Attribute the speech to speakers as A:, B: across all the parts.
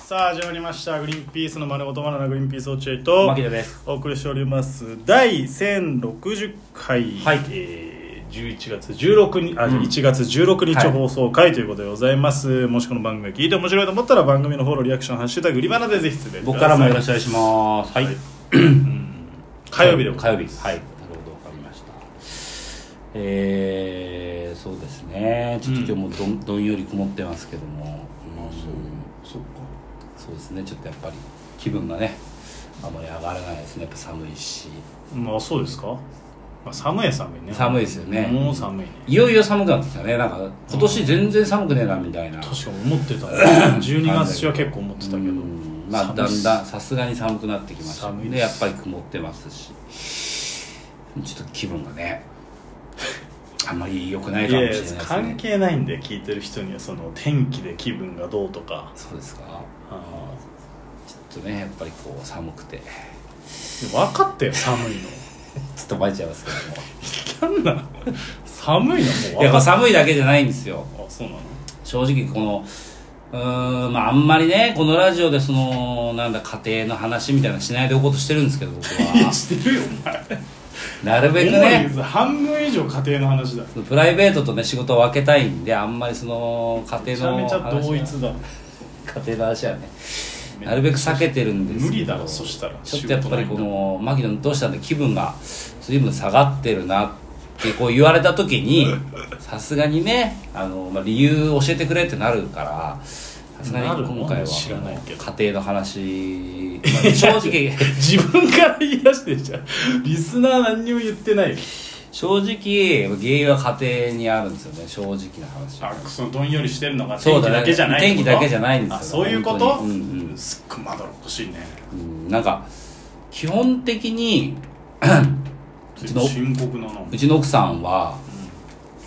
A: さあ始まりました「グリーンピースの丸ごとバナナグリーンピース落合」と
B: 牧野です
A: お送りしております第1060回、
B: はい
A: えー11月16日あ、
B: うん
A: 1月16日
B: はい
A: 放送回ということでございます、もしこの番組が聞いて面白いと思ったら番組のフォローリアクション「ハッシュタググリバナ」でぜひつぶやいて
B: 僕からもよろしくお
A: くださ
B: 願いしますはい
A: 火曜日でござ
B: 火
A: い
B: 曜
A: ま
B: 日ですはいなるほどわかりましたえー、そうですねちょっと今日もど,、ん、どんより曇ってますけども、うん
A: すそっか
B: そうですねちょっとやっぱり気分がねあまり上がらないですねやっぱ寒いし
A: まあそうですか、まあ、寒い寒いね
B: 寒いですよね
A: もう寒いね
B: いよいよ寒くなってきたねなんか今年全然寒くねえなみたいな
A: 確か思ってたね 12月は結構思ってたけど
B: うんまあ
A: 寒
B: だ
A: いし
B: んだんさすがに寒くなってきました
A: 寒い
B: ね
A: です
B: でやっぱり曇ってますしちょっと気分 がねあんまり良くない
A: い
B: かも
A: や
B: しれないいです
A: や
B: ね
A: 関係ないんで聞いてる人にはその天気で気分がどうとか
B: そうですか
A: あ
B: ちょっとねやっぱりこう寒くて
A: ーでも分かったよ寒いの
B: ちょっとバレちゃいますけども
A: なんなの寒いのもう
B: や
A: 分
B: っ
A: か
B: ぱ
A: っ
B: 寒いだけじゃないんですよ
A: たあそうなの
B: 正直このうーんまああんまりねこのラジオでそのなんだ家庭の話みたいなのしないでおこうとしてるんですけど僕
A: い や
B: は
A: してるよお前
B: なるべく
A: お前
B: ね
A: 半分以上家庭の話だ
B: プライベートとね仕事を分けたいんであんまりその家
A: めち
B: 庭
A: ゃ
B: の
A: めちゃ同
B: 話は
A: 一だ
B: 家庭の話はねなるべく避けてるんですけど
A: 無理だろそしたら
B: ちょっとやっぱりこ
A: 仕事ないんだ
B: の牧野どうしたんで気分が随分下がってるなってこう言われた時にさすがにねあの、まあ、理由教えてくれってなるからさすがに
A: なるの
B: 今回は
A: 知らないけど
B: 家庭の話、まあ正 直
A: 自分から言い出してるじゃんリスナー何にも言ってないよ
B: 正直原因は家庭にあるんですよね正直な話
A: あそのどんよりしてるのが天
B: そうだ
A: 気だ
B: ね
A: けじゃないってこと
B: 天気だけじゃないんですよ
A: あそういうこ
B: 本
A: と
B: 当にうんうん
A: すっごいまどろっこしいね
B: うんなんか基本的にちの
A: 深刻なの
B: うちの奥さんは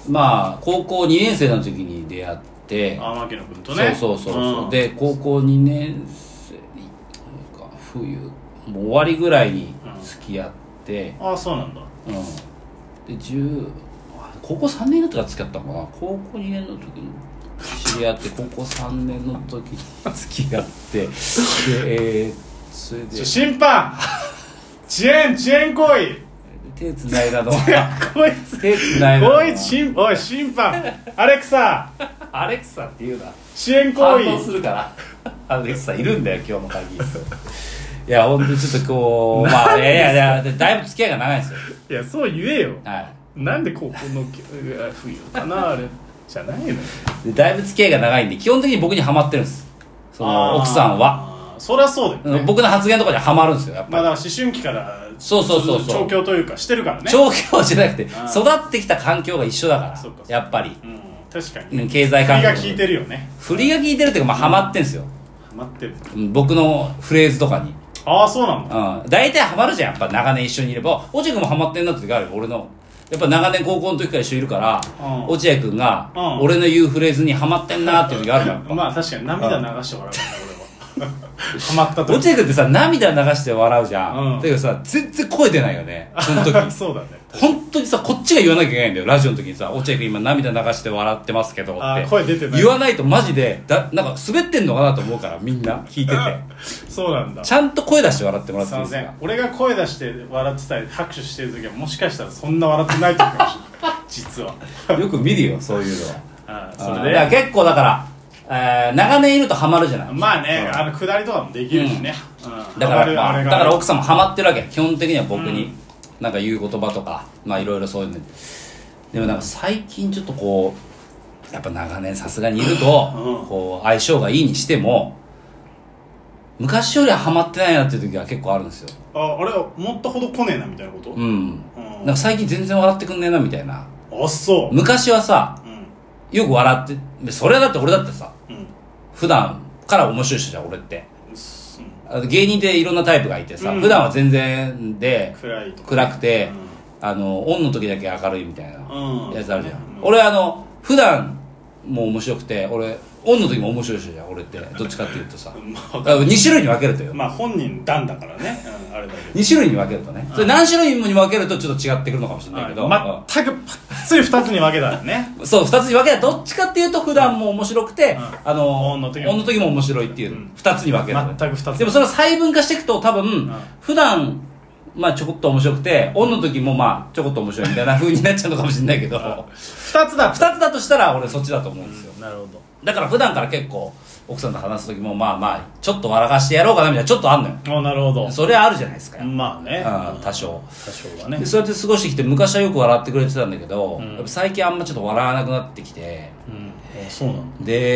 B: まあ高校2年生の時に出会って
A: あ牧野君とね
B: そうそうそうそう、
A: ん
B: で高校2年生か冬もう終わりぐらいに付き合って、
A: あそうなんだ
B: うんで10あ高校3年だったから付き合ったのかな高校2年の時に知り合って高校3年の時に付き合ってでえーそれで
A: ちょ審 判遅延遅延行為
B: 手つないだの
A: こいつ
B: 手つないだの
A: おい審おい審判アレクサ
B: アレクサって言うな
A: 遅延行
B: 反応す
A: 為
B: るから アレクサいるんだよ今日の会議いや本当にちょっとこうまあいやいやいやだいぶ付き合いが長いんですよ
A: いやそう言えよ
B: はい
A: なんで高校のうわ冬かなあれじゃないの
B: でだいぶ付き合いが長いんで基本的に僕にはまってるんですその奥さんは
A: はそりゃそうだよね
B: 僕の発言とかにはまるんですよやっぱ
A: まあ
B: り、
A: だから思春期から
B: そうそうそうそう
A: 調教というかしてるからね
B: 調教じゃなくて育
A: あー
B: ってきた環境が一緒だから
A: そうかそうか
B: やっぱり
A: うん確かに
B: う
A: ね
B: ん経済
A: 振
B: 環
A: り
B: 境
A: が効いてるよね
B: 振りが効いてるっていうかまあハマってんですよ、
A: ハマってる
B: うん僕のフレーズとかに
A: ああそうなんだ
B: うん大体ハマるじゃんやっぱ長年一緒にいれば落合君もハマってんなって時があるよ俺のやっぱ長年高校の時から一緒にいるから
A: うん
B: 落合君が
A: うん
B: 俺の言うフレーズにハマってんなって時が あるじゃんやっぱ
A: まあ確かに涙流して笑う からね俺はハマった
B: 落 合
A: 時
B: 君ってさ涙流して笑うじゃん、
A: うん
B: だけどさ全然声出ないよねその時
A: そうだね
B: 本当にさこっちが言わなきゃいけないんだよラジオの時にさ落合君今涙流して笑ってますけど
A: あ
B: っ
A: ー
B: て
A: 声出てない
B: 言わないとマジでだなんか滑ってんのかなと思うからみんな聞いてて
A: そうなんだ
B: ちゃんと声出して笑ってもらっ
A: すい
B: ていい
A: ま
B: です
A: せん
B: か
A: 俺が声出して笑ってたり拍手してる時はもしかしたらそんな笑ってない時かもしれない実は
B: よく見るよそういうのは
A: あー
B: あー
A: そ
B: だから
A: れで
B: 結構だから、えー長年いるとハマるじゃない
A: まあね
B: うん
A: あの下りとかもできるしねうん
B: だから、
A: あれ
B: まあ
A: あれ
B: だ
A: が
B: から奥さんもハマってるわけ基本的には僕
A: う
B: に
A: ん
B: なんか言う言葉とかまあいろいろそういうのでもなんか最近ちょっとこうやっぱ長年さすがにいると、
A: うん
B: こう相性がいいにしても昔よりはハマってないなっていう時が結構あるんですよ
A: ああれ思ったほど来ねえなみたいなこと
B: うん
A: うん
B: なんか最近全然笑ってくんねえなみたいな
A: あそう
B: 昔はさ
A: うん
B: よく笑ってでそれはだって俺だってさ
A: うん
B: 普段から面白い人じゃん俺って
A: うっすうん
B: あの芸人っていろんなタイプがいてさ、
A: うん
B: 普段は全然で
A: 暗いとか
B: 暗くて、あのオンの時だけ明るいみたいな
A: うんうん
B: やつあるじゃん、
A: う
B: 俺あの普段も面白くて俺オンの時も面白い人じゃん俺ってどっちかっていうとさ
A: ま
B: 2
A: あ
B: 種類に分けるとよ
A: まあ本人段だからね、うん、あれだけ
B: 2種類に分けるとねそれ何種類にも分けるとちょっと違ってくるのかもしれ
A: ど
B: ないけど、
A: はい全くつり二つに分けたらね
B: そう二つに分けたどっちかっていうと普段も面白くて、
A: うん
B: あの
A: オンの時も
B: オンの時も面白いっていううん二、つに分けた、
A: 全く二つ
B: でもそれを細分化していくと多分、
A: ん
B: 普段まあちょこっと面白くてオンの時もまあちょこっと面白いみたいな風になっちゃうのかもしれないけど、
A: 二つだ
B: 二つだとしたら俺そっちだと思うんですよ、
A: なるほど
B: だから普段から結構奥さんと話す時もまあまあちょっと笑かしてやろうかなみたいなちょっとあんのよ
A: あなるほど
B: それはあるじゃないですか、
A: まあね
B: うん多少
A: 多少はね
B: でそうやって過ごしてきて昔はよく笑ってくれてたんだけど、
A: うん
B: やっぱ最近あんまちょっと笑わなくなってきて
A: うんあそうなんだ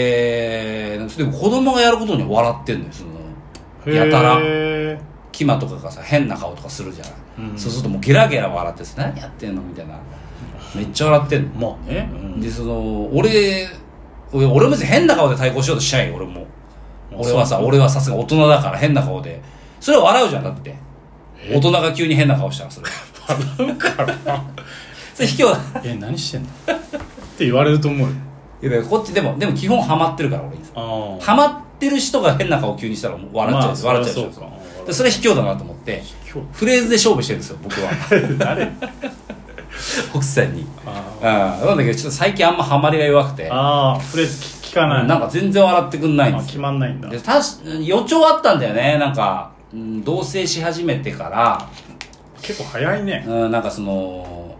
B: ででも子供がやることには笑ってんのよそのやたら
A: へ
B: キマとかがさ変な顔とかするじゃない、
A: うん
B: そうするともうゲラゲラ笑ってさ何やってんのみたいなめっちゃ笑ってんの
A: ーまあね
B: でその俺俺俺も別に変な顔で対抗しようとしないよ俺も
A: あ
B: 俺はさ俺はさすが大人だから変な顔でそれは笑うじゃんだって大人が急に変な顔したらそれ
A: 笑うから
B: それ卑怯だ
A: え何してんのって言われると思うよ
B: いやだからこっちでもでも基本ハマってるから俺にさ
A: あ
B: ハマってる人が変な顔急にしたらもう笑っちゃう、笑っちゃうでしょ
A: か
B: でそれ卑怯だなと思って
A: 今日
B: フレーズで勝負してるんですよ僕は
A: 誰
B: 奥さんに
A: あ
B: うんなんだけどちょっと最近あんまハマりが弱くて
A: あーフレーズ聞聞かない
B: なんか全然笑ってくんないん
A: あ
B: ですよ
A: 決まんないんだ
B: でたし予兆あったんだよねなんか、うん、同棲し始めてか
A: 結構早いね
B: ら、うん、なんかその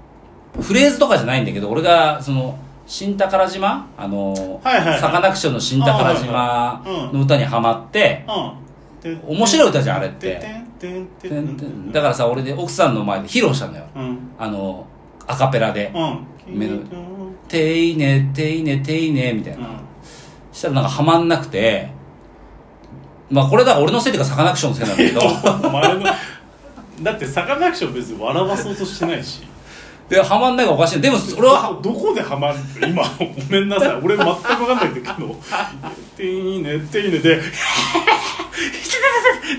B: フレーズとかじゃないんだけど俺がその新宝島あの、
A: はいはいはい
B: サカナクションの新宝
A: あ
B: 島
A: はいはいうん
B: の歌にハマって、
A: うん
B: 面白い歌じゃんあれって
A: てんてんてんて
B: てん
A: ん
B: て
A: て
B: ん
A: ん
B: だからさ俺で奥さんの前で披露したのよ
A: うん
B: あのアカペラで
A: うん
B: メロ
A: うん
B: 「ていねていねていね」みたいなしたらなんかハマんなくてまあこれだから俺のせいというかサカナクションのせいなんだけど
A: お前のだってサカナクション別に笑わそうとしてないし
B: でハマんないがおかしいでもそれ は
A: どこでハマる今ごめんなさい俺全く分かんないんだけど「ていいねていいね」で「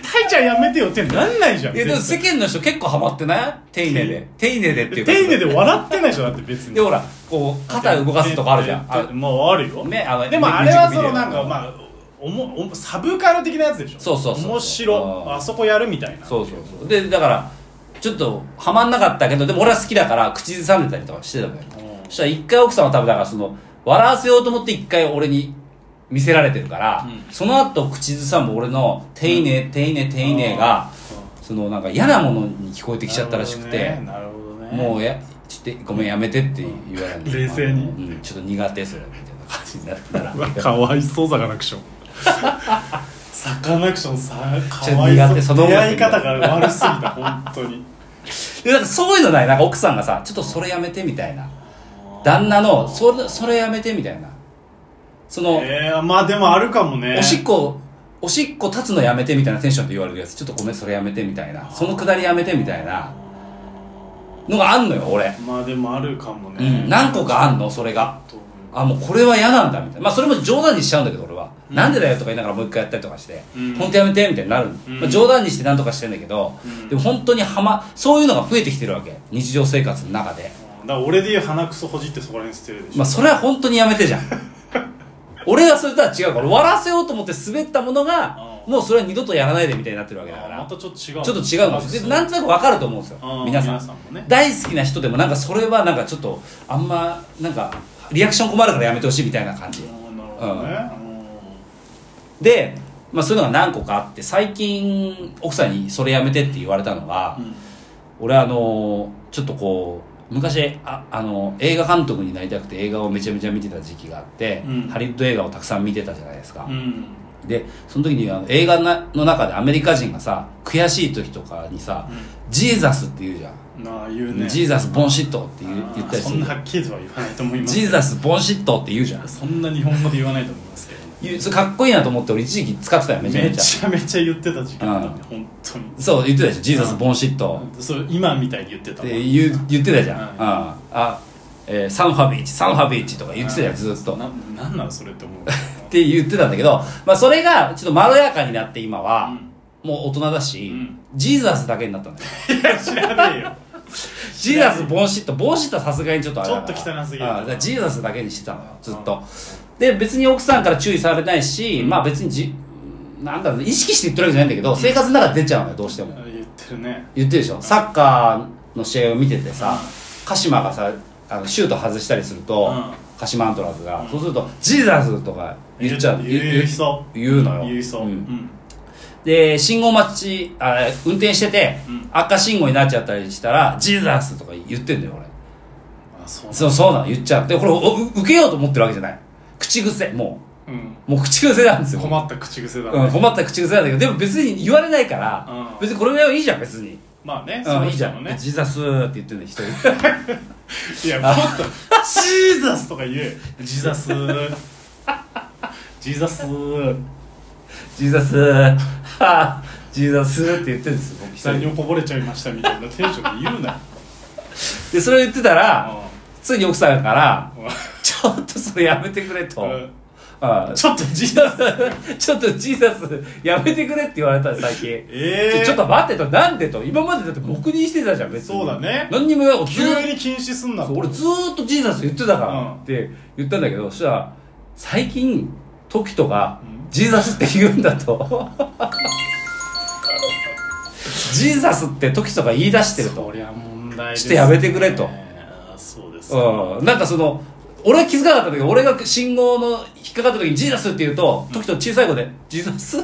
A: タイちゃんやめてよ」ってなんないじゃん
B: いやでも世
A: 絶
B: 間の人結構ハマってない丁寧で丁寧でって
A: 対
B: いうか
A: ていいね」で笑ってないじゃんだって別に
B: でほらこう肩動かすとかあるじゃん
A: あ
B: あ
A: まああるよ、
B: ねあの
A: でもあれはその
B: ミュー
A: なん
B: ジックビデオ
A: かまあおもおもサブカル的なやつでしょ
B: そうそうそうそう
A: 面白
B: うん
A: あそこやるみたいな
B: そうそうそうでだからちょっとハマんなかったけどでも俺は好きだから口ずさんでたりとかしてたのよ
A: うん
B: そしたら一回奥さんは多分だからその笑わせようと思って一回俺に見せられてるから、
A: うん
B: その後口ずさんも俺の「丁寧丁寧丁寧」がそのなんか嫌なものに聞こえてきちゃったらしくて、
A: なるほどねなるほどね
B: もうやちょっとごめんやめてって言われるの
A: 冷静に
B: うん、ちょっと苦手それみたいな感じになったら
A: うわかわいそうサカナクションサカナクションさ
B: ちょっと
A: かわい
B: 苦手
A: そ
B: そうの音
A: 出
B: 楽
A: 会い方が悪すぎた本当に
B: でなんかそういうのないなんか奥さんがさちょっとそれやめてみたいな旦那のそれそれやめてみたいなそ の、
A: えー、まあでもあるかもね
B: おしっこおしっこ立つのやめてみたいなテンションで言われるやつちょっとごめんそれやめてみたいなそのくだりやめてみたいなのがあんのよ俺、
A: まあでもあるかも
B: う
A: ね、
B: ん、何個かあんのそれが
A: と思
B: あもうこれは嫌なんだみたいなまあそれも冗談にしちゃうんだけど俺は、なんでだよとか言いながらもう一回やったりとかして、
A: うん
B: 本当やめてみたいになる、
A: うん
B: まあ、冗談にしてなんとかしてんだけど、
A: うん
B: でも本当にはまそういうのが増えてきてるわけ日常生活の中で
A: うだから俺で言う鼻くそほじってそこら辺捨てるでしょ、
B: まあそれは本当にやめて じゃん俺がそれとは違うから笑わせようと思って滑ったものが
A: うん
B: もうそれは二度とやらないでみたいになってるわけだか
A: あま
B: ら
A: たちょっと違う
B: ちょっと違うのでなんとなくわかると思うんですよ皆さん
A: 皆さんもね
B: 大好きな人でもなんかそれはなんかちょっとあんまなんかリアクション困るからやめてほしいみたいな感じ
A: なるほどね、
B: で、まあ、そういうのが何個かあって最近奥さんにそれやめてって言われたのが、
A: うん
B: 俺あのちょっとこう昔ああの映画監督になりたくて映画をめちゃめちゃ見てた時期があって、
A: うん
B: ハリウッド映画をたくさん見てたじゃないですか、
A: うん
B: でその時にあの映画なの中でアメリカ人がさ悔しい時とかにさ「ジーザス」って言うじゃん
A: なあ言う
B: 「
A: ね
B: ジーザスボンシット」って言う
A: あー
B: 言ったりす
A: そ
B: る
A: んなはっきりとは言わないと思います
B: ジーザスボンシットって言うじゃん
A: そんな日本語で言わないと思いますけど
B: 言うそれかっこいいなと思って俺一時期使ってたよめちゃめ
A: め
B: ちゃ
A: ちゃめちゃ言ってた時期だったんで本当に
B: そう言ってたでしょ「ジーザスボンシット」
A: そう今みたいに言ってた
B: って言う言ってたじゃん、
A: はい
B: うんあ、えーサンファビーチサンファビーチとか言ってたじゃんずっと
A: ななんなのそれって思う
B: って言ってたんだけど、まあ、それがちょっとまろやかになって今
A: う
B: は
A: ん、
B: もう大人だし、
A: うん
B: ジーザスだけになったんだよ
A: いや知らねえよ
B: ジーザスボンシットボンシットはさすがにちょっとあれだから
A: ちょっと汚すぎ
B: う
A: る
B: んだからジーザスだけにしてたのよずっとで別に奥さんから注意されないし、まあ別にじなんだろうね意識して言ってるわけじゃないんだけど生活の中で出ちゃうのよどうしても
A: 言ってるね
B: 言ってるでしょサッカーの試合を見ててさ鹿島がさあのシュート外したりすると、
A: うん
B: 鹿島アントラーズが、
A: うん
B: そうすると「ジーザス!」とか言っちゃう
A: 言う言いそ
B: 言うのよ
A: 言いそう、うん
B: んで信号待ちあ運転してて、
A: うん
B: 赤信号になっちゃったりしたら「ジーザス!」とか言ってんだよ俺
A: あそう
B: そうそうなの言っちゃうでこれお受けようと思ってるわけじゃない口癖も
A: うん、
B: うもう口癖なんですよ
A: 困った口癖だね、
B: うん、困った口癖なんだけどでも別に言われないから、
A: うん
B: 別にこれぐらいはいいじゃん別に、
A: まあね、
B: う
A: そ
B: ん、
A: の
B: いいじ
A: 人
B: ゃ
A: の
B: ん、
A: ね
B: ジーザスって言ってんの一人
A: いやもっと「ジーザス」とか言え「ジーザス」「ジーザス」
B: ジーザ スー、はぁジーザスーって言ってるんですよ、僕一
A: 残
B: 人
A: 尿こぼれちゃいましたみたいなテンションで言うなよ
B: で、それを言ってたら、
A: う
B: 普通に奥さんから、
A: んうん
B: ちょっとそれやめてくれと。あ
A: ちょっと
B: ジーザス、ちょっとジーザス、やめてくれって言われたの最近。
A: ええー、
B: ちょっと待ってと、なんでと。今までだって黙認してたじゃん、別に。
A: そうだね
B: 何にも言わない。ず
A: 急
B: ー
A: に禁止すんな
B: そう俺ずーっとジーザス言ってたか
A: うん
B: らって言ったんだけど、そしたら、最近、トキトが
A: うん、
B: ジーザスって言うんだ と。ジーザスってトキトが言い出してると。
A: そりゃ問題です、
B: ちょっとやめてくれと
A: あーそうですか
B: うん、なんかその俺は気づかなかったんだけど俺が信号の引っかかった時に「ジーザス」って言うと時と小さい声で「ジーザ ス? 」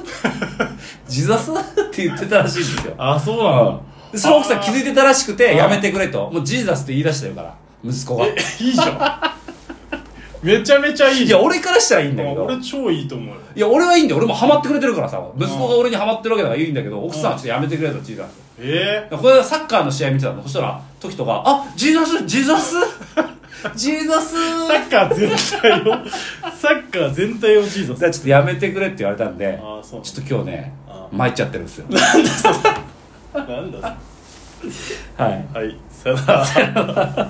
B: 「ジーザス?」って言ってたらしいんですよ
A: あそうな
B: うん
A: の
B: でその奥さん気づいてたらしく
A: あー
B: て「やめてくれ」と「もうジーザス」って言い出してるから息子がい
A: いいじゃんめちゃめちゃいいじゃ
B: や
A: ん
B: 俺からしたらいいんだけ
A: あ
B: ど
A: 俺超いいと思うよ
B: いや俺はいいんだよ俺もハマってくれてるからさ息子が俺にハマってるわけだからいいんだけど奥さんはちょっとやめてくれとジーザス
A: え
B: これサッカーの試合見てたのそしたら時とか「あジーザスジーザ スジーザス」
A: ー、サッカー全体をサッカー全体をジーザス
B: じゃあちょっとやめてくれって言われたんで
A: ああそう
B: ちょっと今日ね
A: あ
B: 参っちゃってるんですよ
A: なんだ
B: はい
A: はいさよなら